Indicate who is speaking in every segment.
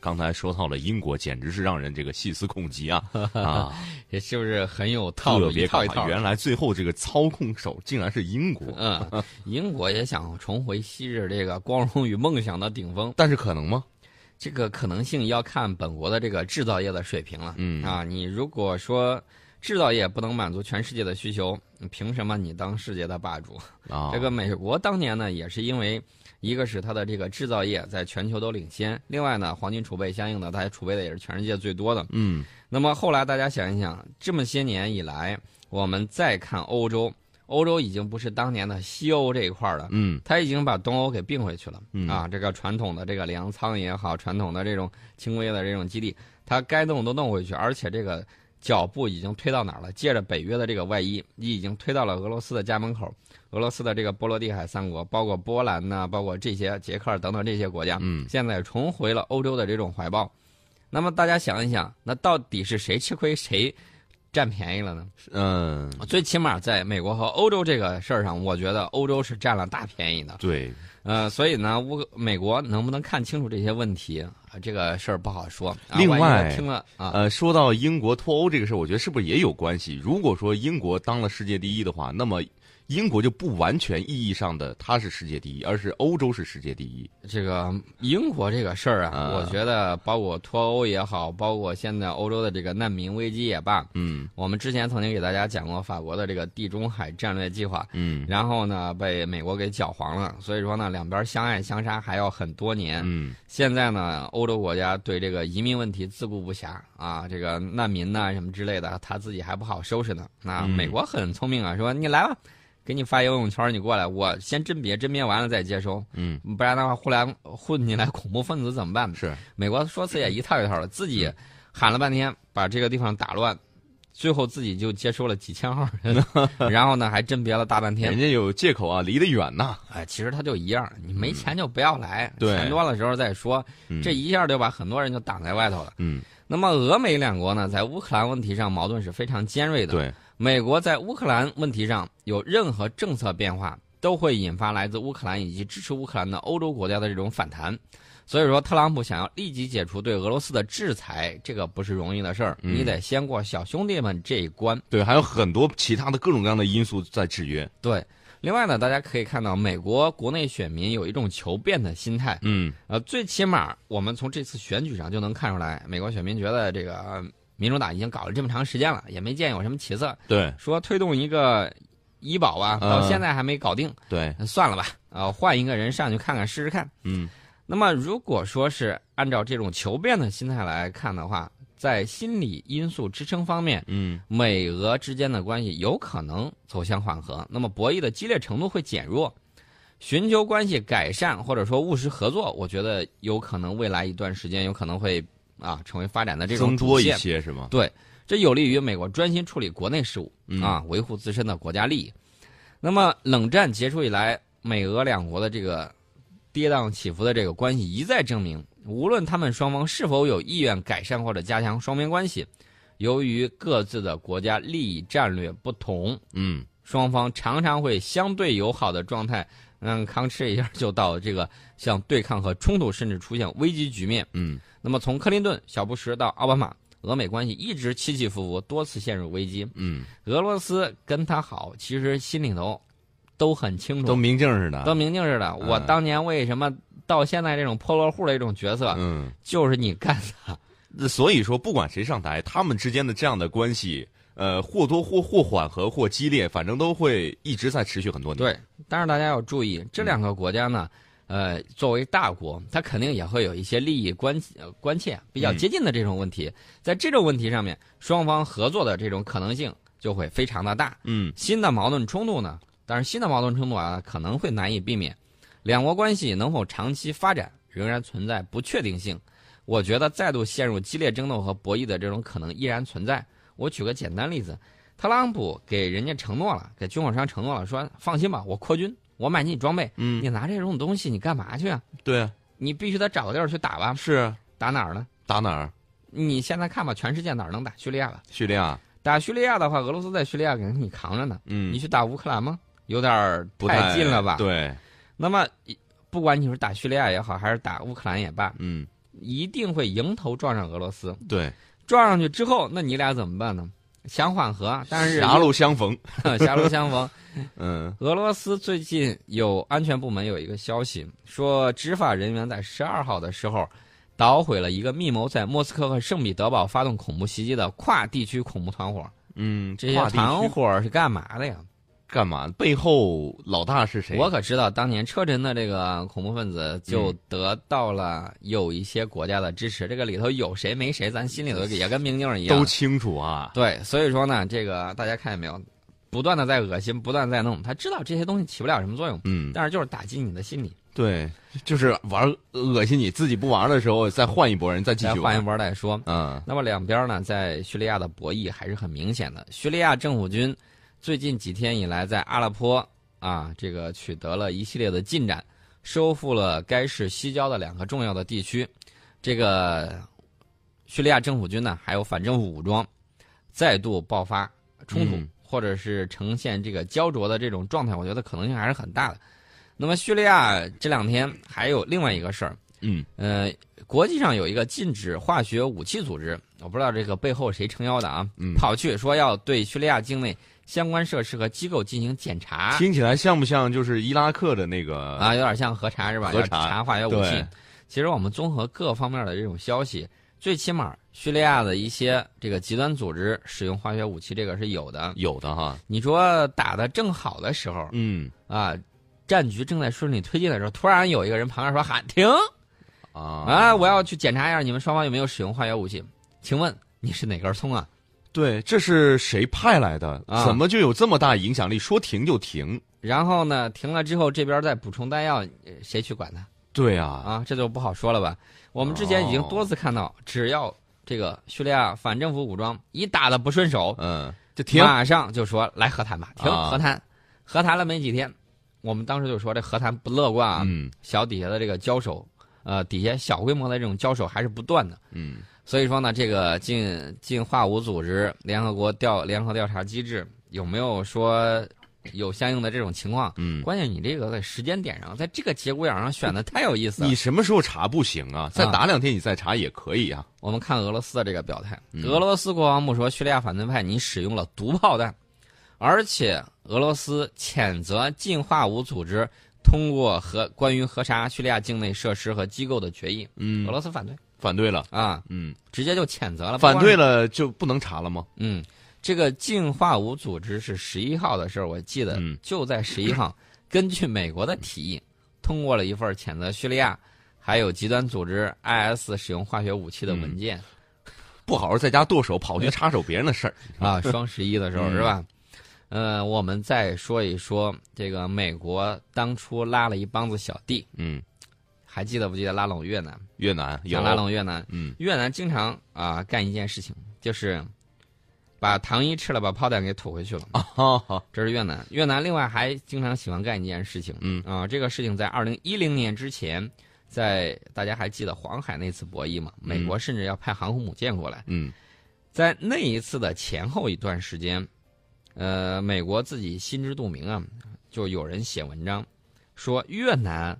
Speaker 1: 刚才说到了英国，简直是让人这个细思恐 极啊啊！
Speaker 2: 是不是很有套
Speaker 1: 特
Speaker 2: 路？
Speaker 1: 别
Speaker 2: 一套一
Speaker 1: 可怕
Speaker 2: 套的。
Speaker 1: 原来最后这个操控手竟然是英国，
Speaker 2: 嗯，英国也想重回昔日这个光荣与梦想的顶峰，
Speaker 1: 但是可能吗？
Speaker 2: 这个可能性要看本国的这个制造业的水平了。
Speaker 1: 嗯
Speaker 2: 啊，你如果说制造业不能满足全世界的需求，你凭什么你当世界的霸主？
Speaker 1: 啊，
Speaker 2: 这个美国当年呢，也是因为一个是它的这个制造业在全球都领先，另外呢，黄金储备相应的它也储备的也是全世界最多的。
Speaker 1: 嗯
Speaker 2: 那么后来大家想一想，这么些年以来，我们再看欧洲，欧洲已经不是当年的西欧这一块儿了，
Speaker 1: 嗯
Speaker 2: 它已经把东欧给并回去了、
Speaker 1: 嗯
Speaker 2: 啊。这个传统的这个粮仓也好，传统的这种轻微的这种基地，它该弄都弄回去，而且这个脚步已经推到哪儿了？借着北约的这个外衣，已经推到了俄罗斯的家门口。俄罗斯的这个波罗的海三国，包括波兰呐、包括这些捷克等等这些国家，
Speaker 1: 嗯
Speaker 2: 现在重回了欧洲的这种怀抱。那么大家想一想，那到底是谁吃亏，谁占便宜了呢？
Speaker 1: 嗯，
Speaker 2: 最起码在美国和欧洲这个事儿上，我觉得欧洲是占了大便宜的。
Speaker 1: 对，
Speaker 2: 呃，所以呢，乌美国能不能看清楚这些问题，啊这个事儿不好说。啊、
Speaker 1: 另外
Speaker 2: 万一我听了啊，
Speaker 1: 呃，说到英国脱欧这个事儿，我觉得是不是也有关系？如果说英国当了世界第一的话，那么英国就不完全意义上的它是世界第一，而是欧洲是世界第一。
Speaker 2: 这个英国这个事儿啊，
Speaker 1: 啊
Speaker 2: 我觉得包括脱欧也好，包括现在欧洲的这个难民危机也罢，
Speaker 1: 嗯
Speaker 2: 我们之前曾经给大家讲过法国的这个地中海战略计划，
Speaker 1: 嗯
Speaker 2: 然后呢被美国给搅黄了，所以说呢两边相爱相杀还要很多年。
Speaker 1: 嗯
Speaker 2: 现在呢，欧洲国家对这个移民问题自顾不暇啊，这个难民呐、什么之类的，他自己还不好收拾呢。那
Speaker 1: 嗯
Speaker 2: 美国很聪明啊，说你来吧，给你发游泳圈，你过来，我先甄别，甄别完了再接收，
Speaker 1: 嗯，
Speaker 2: 不然的话，后来混进来恐怖分子怎么办？
Speaker 1: 是
Speaker 2: 美国说辞也一套一套的，自己
Speaker 1: 嗯
Speaker 2: 喊了半天，把这个地方打乱，最后自己就接收了几千号 人，然后呢还甄别了大半天
Speaker 1: 人。家有借口啊，离得远呐。
Speaker 2: 哎，其实他就一样，你没钱就不要来，
Speaker 1: 嗯对
Speaker 2: 钱多了时候再说。
Speaker 1: 嗯
Speaker 2: 这一下就把很多人就挡在外头了。
Speaker 1: 嗯，
Speaker 2: 那么俄美两国呢，在乌克兰问题上矛盾是非常尖锐的。，
Speaker 1: 对，
Speaker 2: 美国在乌克兰问题上有任何政策变化，都会引发来自乌克兰以及支持乌克兰的欧洲国家的这种反弹。所以说，特朗普想要立即解除对俄罗斯的制裁，这个不是容易的事儿，
Speaker 1: 嗯
Speaker 2: 你得先过小兄弟们这一关。
Speaker 1: 对，还有很多其他的各种各样的因素在制约。
Speaker 2: 对，另外呢，大家可以看到，美国国内选民有一种求变的心态。
Speaker 1: 嗯
Speaker 2: 呃，最起码我们从这次选举上就能看出来，美国选民觉得这个呃民主党已经搞了这么长时间了，也没见有什么起色，
Speaker 1: 对
Speaker 2: 说推动一个医保吧，
Speaker 1: 嗯
Speaker 2: 到现在还没搞定，
Speaker 1: 对，
Speaker 2: 那算了吧，呃，换一个人上去看看试试看。
Speaker 1: 嗯
Speaker 2: 那么如果说是按照这种求变的心态来看的话，在心理因素支撑方面，
Speaker 1: 嗯
Speaker 2: 美俄之间的关系有可能走向缓和，那么博弈的激烈程度会减弱，寻求关系改善或者说务实合作，我觉得有可能未来一段时间有可能会啊成为发展的这种
Speaker 1: 增多
Speaker 2: 主
Speaker 1: 一
Speaker 2: 线，
Speaker 1: 些是吗？
Speaker 2: 这有利于美国专心处理国内事务
Speaker 1: 嗯
Speaker 2: 啊，维护自身的国家利益。那么冷战结束以来，美俄两国的这个跌宕起伏的这个关系一再证明，无论他们双方是否有意愿改善或者加强双边关系，由于各自的国家利益战略不同，
Speaker 1: 嗯
Speaker 2: 双方常常会相对友好的状态，嗯，吭哧一下就到这个像对抗和冲突，甚至出现危机局面。
Speaker 1: 嗯
Speaker 2: 那么从克林顿、小布什到奥巴马，俄美关系一直起起伏伏，多次陷入危机。
Speaker 1: 嗯，
Speaker 2: 俄罗斯跟他好，其实心里头都很清
Speaker 1: 嗯
Speaker 2: 楚，
Speaker 1: 都明镜似
Speaker 2: 都
Speaker 1: 的。
Speaker 2: 明镜似的。
Speaker 1: 嗯
Speaker 2: 我当年为什么到现在这种破落户的这种角色，
Speaker 1: 嗯，
Speaker 2: 就是你干的。
Speaker 1: 那所以说，不管谁上台，他们之间的这样的关系，呃，或多或或缓和或激烈，反正都会一直在持续很多年。，
Speaker 2: 对，但是大家要注意，这两个国家呢。呃，作为大国，它肯定也会有一些利益关呃关切比较
Speaker 1: 嗯
Speaker 2: 接近的这种问题，在这种问题上面，双方合作的这种可能性就会非常的大。
Speaker 1: 嗯
Speaker 2: 新的矛盾冲突呢，但是新的矛盾冲突啊，可能会难以避免。两国关系能否长期发展，仍然存在不确定性。我觉得再度陷入激烈争斗和博弈的这种可能依然存在。我举个简单例子，特朗普给人家承诺了，给军火商承诺了，说放心吧，我扩军，我买你装备，
Speaker 1: 嗯，
Speaker 2: 你拿这种东西你干嘛去啊？
Speaker 1: 对啊，
Speaker 2: 你必须得找个地儿去打吧，
Speaker 1: 是啊
Speaker 2: 打哪儿呢？
Speaker 1: 打哪儿？
Speaker 2: 你现在看吧，全世界哪儿能打叙利亚了？
Speaker 1: 叙利亚？
Speaker 2: 打叙利亚的话，俄罗斯在叙利亚给你扛着呢。
Speaker 1: 嗯，
Speaker 2: 你去打乌克兰吗？有点儿
Speaker 1: 不太
Speaker 2: 近了吧？。
Speaker 1: 对，
Speaker 2: 那么，不管你是打叙利亚也好，还是打乌克兰也罢，
Speaker 1: 嗯
Speaker 2: 一定会迎头撞上俄罗斯。
Speaker 1: 对，
Speaker 2: 撞上去之后，那你俩怎么办呢？想缓和，但是
Speaker 1: 狭路相逢，
Speaker 2: 狭路相逢。
Speaker 1: 嗯
Speaker 2: 俄罗斯最近有安全部门有一个消息说，执法人员在十二号的时候捣毁了一个密谋在莫斯科和圣彼得堡发动恐怖袭击的跨地区恐怖团伙。
Speaker 1: 嗯，
Speaker 2: 这些
Speaker 1: 跨地
Speaker 2: 团
Speaker 1: 区
Speaker 2: 伙是干嘛的呀？
Speaker 1: 干嘛？背后老大是谁？
Speaker 2: 我可知道，当年车臣的这个恐怖分子就
Speaker 1: 嗯
Speaker 2: 得到了有一些国家的支持。这个里头有谁没谁，咱心里头也跟明镜儿一样。
Speaker 1: 都清楚啊。
Speaker 2: 对，所以说呢，这个大家看见没有，不断的在恶心，不断地在弄，他知道这些东西起不了什么作用，
Speaker 1: 嗯，
Speaker 2: 但是就是打击你的心理，
Speaker 1: 对，就是玩儿恶心你自己不玩儿的时候，再换一拨人，再继
Speaker 2: 再
Speaker 1: 续
Speaker 2: 换一
Speaker 1: 玩。
Speaker 2: 波再说。
Speaker 1: 嗯
Speaker 2: 那么两边呢，在叙利亚的博弈还是很明显的。叙利亚政府军最近几天以来，在阿勒颇啊，这个取得了一系列的进展，收复了该市西郊的两个重要的地区。这个叙利亚政府军呢，还有反政府武装再度爆发冲突，
Speaker 1: 嗯
Speaker 2: 或者是呈现这个焦灼的这种状态，我觉得可能性还是很大的。那么叙利亚这两天还有另外一个事儿，
Speaker 1: 嗯，
Speaker 2: 呃，国际上有一个禁止化学武器组织，我不知道这个背后谁撑腰的啊，
Speaker 1: 嗯
Speaker 2: 跑去说要对叙利亚境内相关设施和机构进行检查
Speaker 1: 听起来像不像就是伊拉克的那个？
Speaker 2: 啊啊，有点像核查是吧？
Speaker 1: 核
Speaker 2: 要
Speaker 1: 查
Speaker 2: 查化学武器
Speaker 1: 对。，
Speaker 2: 其实我们综合各方面的这种消息，最起码叙利亚的一些这个极端组织使用化学武器，这个是有的。
Speaker 1: 有的哈。
Speaker 2: 你说打的正好的时候
Speaker 1: 嗯
Speaker 2: 啊，战局正在顺利推进的时候，突然有一个人旁边说喊停。
Speaker 1: 啊
Speaker 2: 啊，我要去检查一下你们双方有没有使用化学武器。请问你是哪根葱啊？
Speaker 1: 对，这是谁派来的？
Speaker 2: 啊
Speaker 1: 怎么就有这么大影响力？说停就停？
Speaker 2: 然后呢，停了之后这边再补充弹药，呃谁去管他
Speaker 1: 对啊，
Speaker 2: 啊？这就不好说了吧。我们之前已经
Speaker 1: 哦
Speaker 2: 多次看到，只要这个叙利亚反政府武装一打的不顺手，
Speaker 1: 嗯，就停。
Speaker 2: 马上就说来和谈吧，停
Speaker 1: 啊
Speaker 2: 和谈。和谈了没几天，我们当时就说这和谈不乐观啊，
Speaker 1: 嗯
Speaker 2: 小底下的这个交手，呃，底下小规模的这种交手还是不断的。
Speaker 1: 嗯
Speaker 2: 所以说呢，这个禁禁化武组织联合国调联合调查机制有没有说有相应的这种情况？
Speaker 1: 嗯，
Speaker 2: 关键你这个在时间点上，在这个节骨眼上选的太有意思了
Speaker 1: 你。什么时候查不行啊？再
Speaker 2: 啊
Speaker 1: 打两天你再查也可以啊。
Speaker 2: 我们看俄罗斯的这个表态，
Speaker 1: 嗯
Speaker 2: 俄罗斯国防部说，叙利亚反对派你使用了毒炮弹，而且俄罗斯谴责禁化武组织通过核关于核查叙利亚境内设施和机构的决议，
Speaker 1: 嗯
Speaker 2: 俄，罗斯反对
Speaker 1: 反对了。
Speaker 2: 啊，
Speaker 1: 嗯，
Speaker 2: 直接就谴责了，
Speaker 1: 反
Speaker 2: 啊不光是
Speaker 1: 对了就不能查了吗？
Speaker 2: 嗯，这个净化武组织是十一号的事儿，我记得
Speaker 1: 嗯
Speaker 2: 就在十一号，根据美国的提议，通过了一份谴责叙利亚还有极端组织 IS 使用化学武器的
Speaker 1: 嗯
Speaker 2: 文件、
Speaker 1: 不好好在家剁手，跑 去插手别人的事儿。
Speaker 2: 啊。双十一的时候、
Speaker 1: 嗯
Speaker 2: 是吧？呃，我们再说一说这个美国当初拉了一帮子小弟，
Speaker 1: 嗯，
Speaker 2: 还记得不记得拉拢越南？
Speaker 1: 越南有
Speaker 2: 想拉 拢越南，
Speaker 1: 嗯
Speaker 2: 越南经常啊、干一件事情，就是把糖衣吃了，把炮弹给吐回去了。
Speaker 1: 啊哈哈
Speaker 2: 这是越南。越南另外还经常喜欢干一件事情，
Speaker 1: 嗯
Speaker 2: 啊，这个事情在二零一零年之前，在大家还记得黄海那次博弈吗？美国甚至要派航空母舰过来。
Speaker 1: 嗯
Speaker 2: 在那一次的前后一段时间，呃，美国自己心知肚明啊，就有人写文章说越南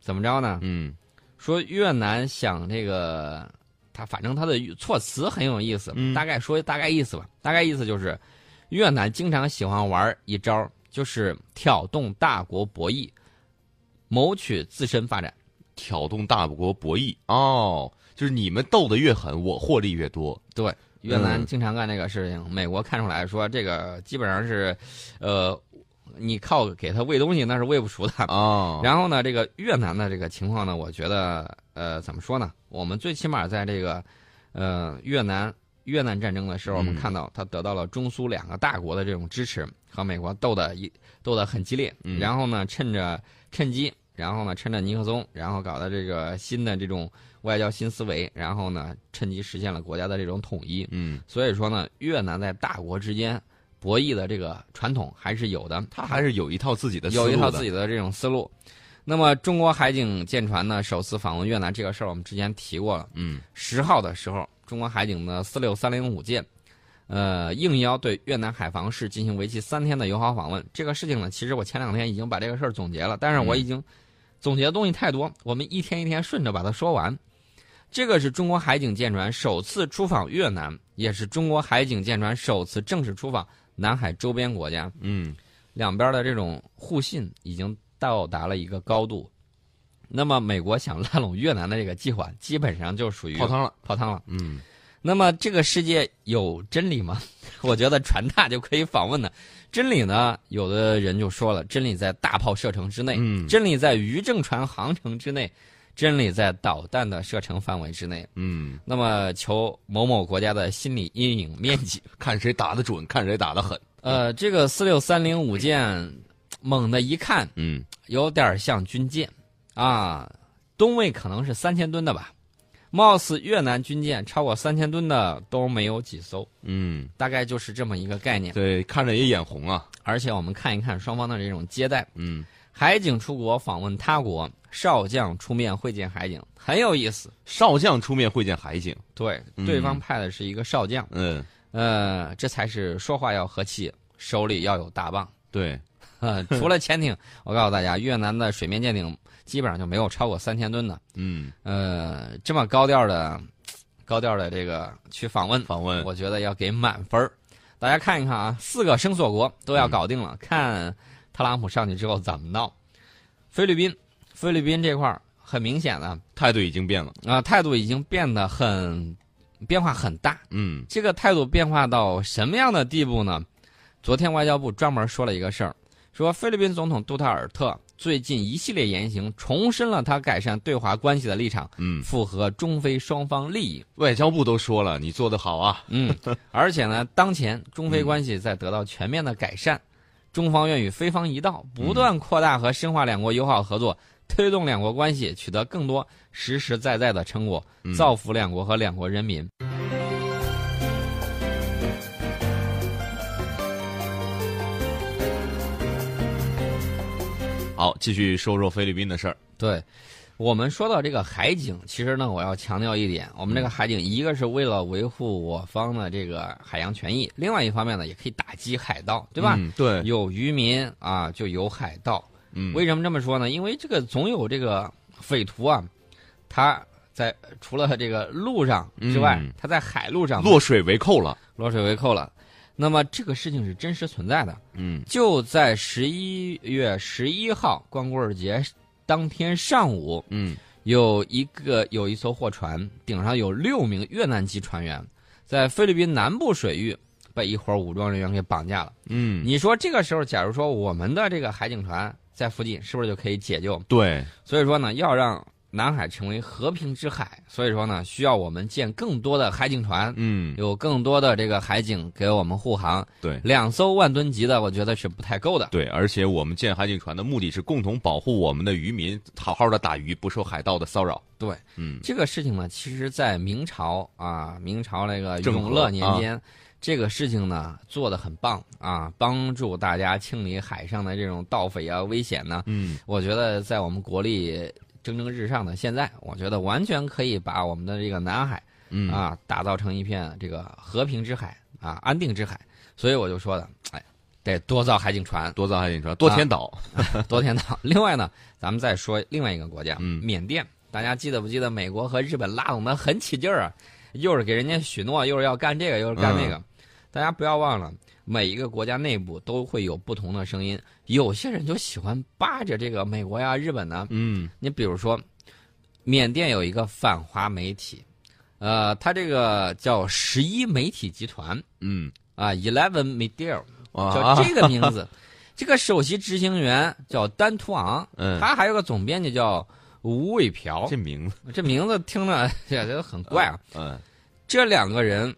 Speaker 2: 怎么着呢？
Speaker 1: 嗯
Speaker 2: 说越南想这个，他反正他的措辞很有意思，
Speaker 1: 嗯
Speaker 2: 大概说大概意思吧，大概意思就是，越南经常喜欢玩一招，就是挑动大国博弈，谋取自身发展。
Speaker 1: 挑动大国博弈哦，就是你们斗得越狠，我获利越多。
Speaker 2: 对，越南
Speaker 1: 嗯
Speaker 2: 经常干这个事情，美国看出来说这个基本上是，呃，你靠给他喂东西那是喂不熟的。
Speaker 1: 啊，
Speaker 2: 然后呢，这个越南的这个情况呢，我觉得呃，怎么说呢？我们最起码在这个呃越南越南战争的时候，
Speaker 1: 嗯
Speaker 2: 我们看到他得到了中苏两个大国的这种支持，和美国斗的一斗得很激烈。
Speaker 1: 嗯
Speaker 2: 然后呢，趁着趁机，然后呢，趁着尼克松，然后搞的这个新的这种外交新思维，然后呢，趁机实现了国家的这种统一。
Speaker 1: 嗯，
Speaker 2: 所以说呢，越南在大国之间博弈的这个传统还是有的。
Speaker 1: 他还是有一套自己的思路
Speaker 2: 有
Speaker 1: 的，
Speaker 2: 一套自
Speaker 1: 己
Speaker 2: 己的这种思路。那么，中国海警舰船呢首次访问越南这个事儿，我们之前提过了。
Speaker 1: 嗯
Speaker 2: 十号的时候，中国海警的四六三零五舰，呃，应邀对越南海防市进行为期三天的友好访问。这个事情呢，其实我前两天已经把这个事儿总结了，但是我已经总结的东西太多，我们一天一天顺着把它说完。这个是中国海警舰船首次出访越南，也是中国海警舰船首次正式出访南海周边国家。
Speaker 1: 嗯
Speaker 2: 两边的这种互信已经到达了一个高度。那么，美国想拉拢越南的这个计划，基本上就属于
Speaker 1: 泡汤了，
Speaker 2: 泡汤了。
Speaker 1: 嗯
Speaker 2: 那么，这个世界有真理吗？ 我觉得船大就可以访问的。真理呢，有的人就说了，真理在大炮射程之内，
Speaker 1: 嗯
Speaker 2: 真理在渔政船航程之内，真理在导弹的射程范围之内。
Speaker 1: 嗯，
Speaker 2: 那么，求某某国家的心理阴影面积。
Speaker 1: 看谁打得准，看谁打得狠。
Speaker 2: 呃，这个四六三零五舰，猛的一看，
Speaker 1: 嗯
Speaker 2: 有点像军舰，啊，吨位可能是三千吨的吧。貌似越南军舰超过三千吨的都没有几艘，
Speaker 1: 嗯，
Speaker 2: 大概就是这么一个概念。
Speaker 1: 对，看着也眼红啊。
Speaker 2: 而且我们看一看双方的这种接待，
Speaker 1: 嗯，
Speaker 2: 海警出国访问他国，少将出面会见海警，很有意思。
Speaker 1: 少将出面会见海警。
Speaker 2: 对，
Speaker 1: 嗯
Speaker 2: 对方派的是一个少将，
Speaker 1: 嗯，
Speaker 2: 呃，这才是说话要和气，手里要有大棒。
Speaker 1: 对，
Speaker 2: 呃，除了潜艇，我告诉大家，越南的水面舰艇基本上就没有超过三千吨的。
Speaker 1: 嗯，
Speaker 2: 呃，这么高调的、高调的这个去访问，
Speaker 1: 访问。
Speaker 2: 我觉得要给满分儿。大家看一看啊，四个声索国都要搞定了，看特朗普上去之后怎么闹。菲律宾，菲律宾这块儿很明显的啊、呃
Speaker 1: 态度已经变了。
Speaker 2: 态度已经变得很变化很大。
Speaker 1: 嗯
Speaker 2: 这个态度变化到什么样的地步呢？昨天外交部专门说了一个事儿，说菲律宾总统杜特尔特最近一系列言行重申了他改善对华关系的立场，
Speaker 1: 嗯，
Speaker 2: 符合中非双方利益。
Speaker 1: 外交部都说了，你做得好啊。
Speaker 2: 嗯，而且呢，当前中非关系在得到全面的改善，中方愿与菲方一道，
Speaker 1: 嗯
Speaker 2: 不断扩大和深化两国友好合作，推动两国关系取得更多实实在在的成果，
Speaker 1: 嗯
Speaker 2: 造福两国和两国人民。
Speaker 1: 好，继续说说菲律宾的事儿。
Speaker 2: 对，我们说到这个海警，其实呢，我要强调一点，我们这
Speaker 1: 嗯
Speaker 2: 个海警，一个是为了维护我方的这个海洋权益，另外一方面呢，也可以打击海盗，对吧？
Speaker 1: 嗯对，
Speaker 2: 有渔民啊，就有海盗。
Speaker 1: 嗯，
Speaker 2: 为什么这么说呢？因为这个总有这个匪徒啊，他在除了这个路上之外，
Speaker 1: 嗯
Speaker 2: 他在海路上
Speaker 1: 落水为寇了。
Speaker 2: 落水为寇了。那么这个事情是真实存在的，
Speaker 1: 嗯
Speaker 2: 就在十一月十一号光棍节当天上午，
Speaker 1: 嗯
Speaker 2: 有一个有一艘货船顶上有六名越南籍船员，在菲律宾南部水域被一伙武装人员给绑架了。
Speaker 1: 嗯，
Speaker 2: 你说这个时候，假如说我们的这个海警船在附近，是不是就可以解救？
Speaker 1: 对，
Speaker 2: 所以说呢，要让南海成为和平之海，所以说呢，需要我们建更多的海警船，
Speaker 1: 嗯
Speaker 2: 有更多的这个海警给我们护航。
Speaker 1: 对
Speaker 2: 两艘万吨级的，我觉得是不太够的。
Speaker 1: 对，而且我们建海警船的目的是共同保护我们的渔民，好好的打鱼，不受海盗的骚扰。
Speaker 2: 对，
Speaker 1: 嗯
Speaker 2: 这个事情呢，其实，在明朝啊，明朝那个
Speaker 1: 郑和
Speaker 2: 永乐年间，这个事情呢做的很棒啊，帮助大家清理海上的这种盗匪啊、危险呢。
Speaker 1: 嗯
Speaker 2: 我觉得在我们国力蒸蒸日上的现在，我觉得完全可以把我们的这个南海
Speaker 1: 嗯，
Speaker 2: 啊打造成一片这个和平之海啊、安定之海。所以我就说的，哎，得多造海 警船，
Speaker 1: 多造海警船，多填
Speaker 2: 啊
Speaker 1: 岛。
Speaker 2: 多天堂。另外呢，咱们再说另外一个国家，
Speaker 1: 嗯
Speaker 2: 缅甸。大家记得不记得美国和日本拉拢的很起劲儿啊？又是给人家许诺，又是要干这个，又是干那
Speaker 1: 嗯
Speaker 2: 个。大家不要忘了，每一个国家内部都会有不同的声音，有些人就喜欢扒着这个美国呀、日本呢。
Speaker 1: 嗯
Speaker 2: 你比如说，缅甸有一个反华媒体，呃，它这个叫十一媒体集团
Speaker 1: 嗯
Speaker 2: 啊，Eleven Media，
Speaker 1: 啊
Speaker 2: 叫，这个名字。这个首席执行员叫丹图昂，
Speaker 1: 嗯，
Speaker 2: 他还有个总编辑叫吴伟朴
Speaker 1: 这，名字，
Speaker 2: 这名字听着 也觉得很怪啊。
Speaker 1: 嗯
Speaker 2: 这两个人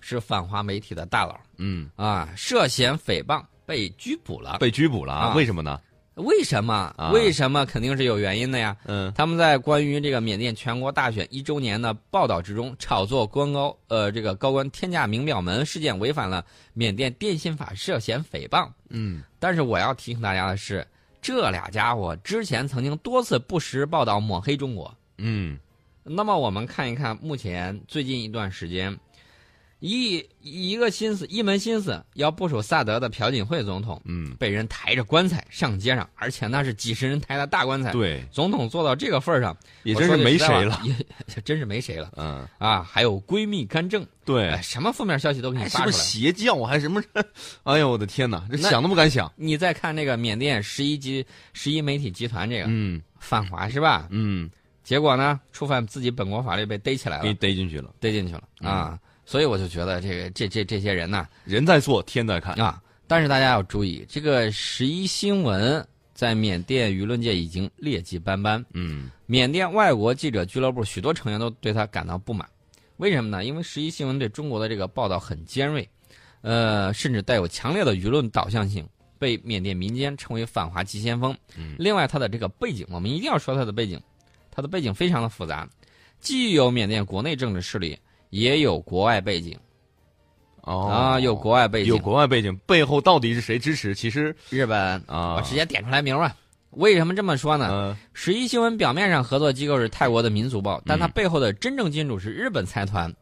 Speaker 2: 是反华媒体的大佬
Speaker 1: 嗯，
Speaker 2: 啊，涉嫌诽谤被拘捕了。
Speaker 1: 被拘捕了啊？
Speaker 2: 啊
Speaker 1: 为什么呢？
Speaker 2: 为什么
Speaker 1: 啊？
Speaker 2: 为什么肯定是有原因的呀。
Speaker 1: 嗯
Speaker 2: 他们在关于这个缅甸全国大选一周年的报道之中，炒作官高呃这个高官天价名表门事件，违反了缅甸电信法，涉嫌诽谤。
Speaker 1: 嗯
Speaker 2: 但是我要提醒大家的是，这俩家伙之前曾经多次不实报道抹黑中国。
Speaker 1: 嗯
Speaker 2: 那么我们看一看目前最近一段时间，一一个心思，一门心思要部署萨德的朴槿惠总统
Speaker 1: 嗯，
Speaker 2: 被人抬着棺材上街上，而且那是几十人抬的大棺材。
Speaker 1: 对，
Speaker 2: 总统做到这个份儿上，
Speaker 1: 也
Speaker 2: 哎我
Speaker 1: 真是
Speaker 2: 说句
Speaker 1: 没
Speaker 2: 实在话
Speaker 1: 谁了，
Speaker 2: 也也 真是没谁了
Speaker 1: 嗯，
Speaker 2: 啊！还有闺蜜干政，
Speaker 1: 对
Speaker 2: 哎，，什么负面消息都给你
Speaker 1: 哎
Speaker 2: 发
Speaker 1: 什么
Speaker 2: 出来。
Speaker 1: 邪教还什么， 哎呦我的天哪，这
Speaker 2: 那
Speaker 1: 想都不敢想，
Speaker 2: 你再看那个缅甸十一集十一媒体集团这个
Speaker 1: 嗯
Speaker 2: 反华是吧？
Speaker 1: 嗯，
Speaker 2: 结果呢，触犯自己本国法律被逮起来
Speaker 1: 给你嗯
Speaker 2: 了，
Speaker 1: 逮进去了，
Speaker 2: 逮进去了啊！所以我就觉得这个这这这些人呐
Speaker 1: 人在做天在看，
Speaker 2: 啊，但是大家要注意，这个十一新闻在缅甸舆论界已经劣迹斑斑。
Speaker 1: 嗯
Speaker 2: 缅甸外国记者俱乐部许多成员都对他感到不满，为什么呢？因为十一新闻对中国的这个报道很尖锐，呃，甚至带有强烈的舆论导向性，被缅甸民间称为反华急先锋。
Speaker 1: 嗯
Speaker 2: 另外，它的这个背景，我们一定要说它的背景，它的背景非常的复杂，既有缅甸国内政治势力，也有国外背景、
Speaker 1: 哦
Speaker 2: 啊，有国外背景，
Speaker 1: 有国外背景，背后到底是谁支持？其实
Speaker 2: 日本，
Speaker 1: 啊，
Speaker 2: 我直接点出来名儿吧。为什么这么说呢？
Speaker 1: 嗯
Speaker 2: 十一新闻表面上合作机构是泰国的民族报，
Speaker 1: 嗯
Speaker 2: 但它背后的真正金主是日本财团。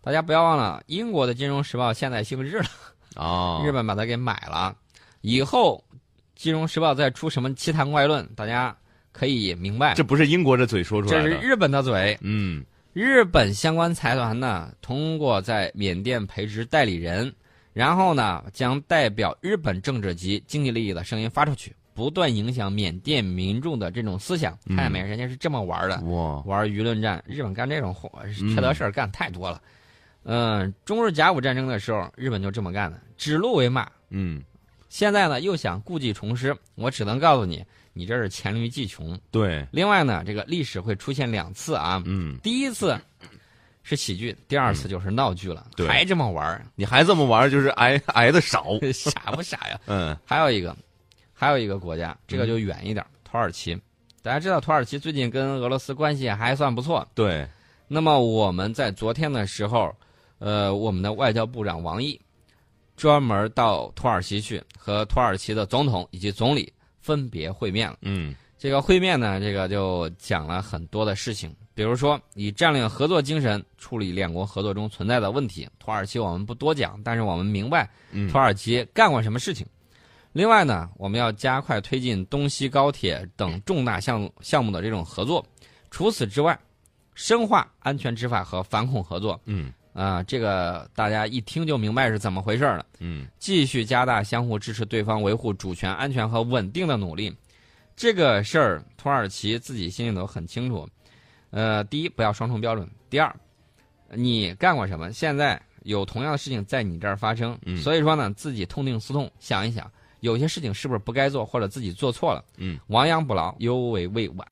Speaker 2: 大家不要忘了，英国的《金融时报》现在姓日了，
Speaker 1: 啊，
Speaker 2: 日本把它给买了。以后《金融时报》再出什么奇谈怪论，大家可以明白，
Speaker 1: 这不是英国这嘴说出
Speaker 2: 这
Speaker 1: 来
Speaker 2: 是
Speaker 1: 的，
Speaker 2: 日本的嘴。
Speaker 1: 嗯
Speaker 2: 日本相关财团呢，通过在缅甸培植代理人，然后呢，将代表日本政治及经济利益的声音发出去，不断影响缅甸民众的这种思想。
Speaker 1: 嗯
Speaker 2: 看见没，人家是这么玩的，
Speaker 1: 哇，
Speaker 2: 玩舆论战。日本干这种活
Speaker 1: 嗯
Speaker 2: 缺德事儿干太多了。嗯、中日甲午战争的时候，日本就这么干的，指鹿为马。
Speaker 1: 嗯
Speaker 2: 现在呢，又想故技重施，我只能告诉你，你这是黔驴技穷。
Speaker 1: 对，
Speaker 2: 另外呢，这个历史会出现两次啊，
Speaker 1: 嗯，
Speaker 2: 第一次是喜剧，第二次就是闹剧了，
Speaker 1: 对
Speaker 2: 还这么玩儿，
Speaker 1: 你还这么玩儿，就是挨挨的少，
Speaker 2: 傻不傻呀？
Speaker 1: 嗯
Speaker 2: 还有一个，还有一个国家，这个就远一点，土耳其。大家知道土耳其最近跟俄罗斯关系还算不错。
Speaker 1: 对，
Speaker 2: 那么我们在昨天的时候，呃，我们的外交部长王毅专门到土耳其去和土耳其的总统以及总理分别会面了。
Speaker 1: 嗯
Speaker 2: 这个会面呢，这个就讲了很多的事情，比如说以战略合作精神处理两国合作中存在的问题。土耳其我们不多讲，但是我们明白
Speaker 1: 嗯
Speaker 2: 土耳其干过什么事情。另外呢，我们要加快推进东西高铁等重大项目项目的这种合作。除此之外，深化安全执法和反恐合作
Speaker 1: 嗯
Speaker 2: 啊、这个大家一听就明白是怎么回事儿了。
Speaker 1: 嗯，
Speaker 2: 继续加大相互支持对方维护主权安全和稳定的努力。这个事儿，土耳其自己心里头很清楚。呃，第一，不要双重标准；第二，你干过什么？现在有同样的事情在你这儿发生，
Speaker 1: 嗯
Speaker 2: 所以说呢，自己痛定思痛，想一想，有些事情是不是不该做，或者自己做错了。
Speaker 1: 嗯，
Speaker 2: 亡羊补牢，犹为未晚。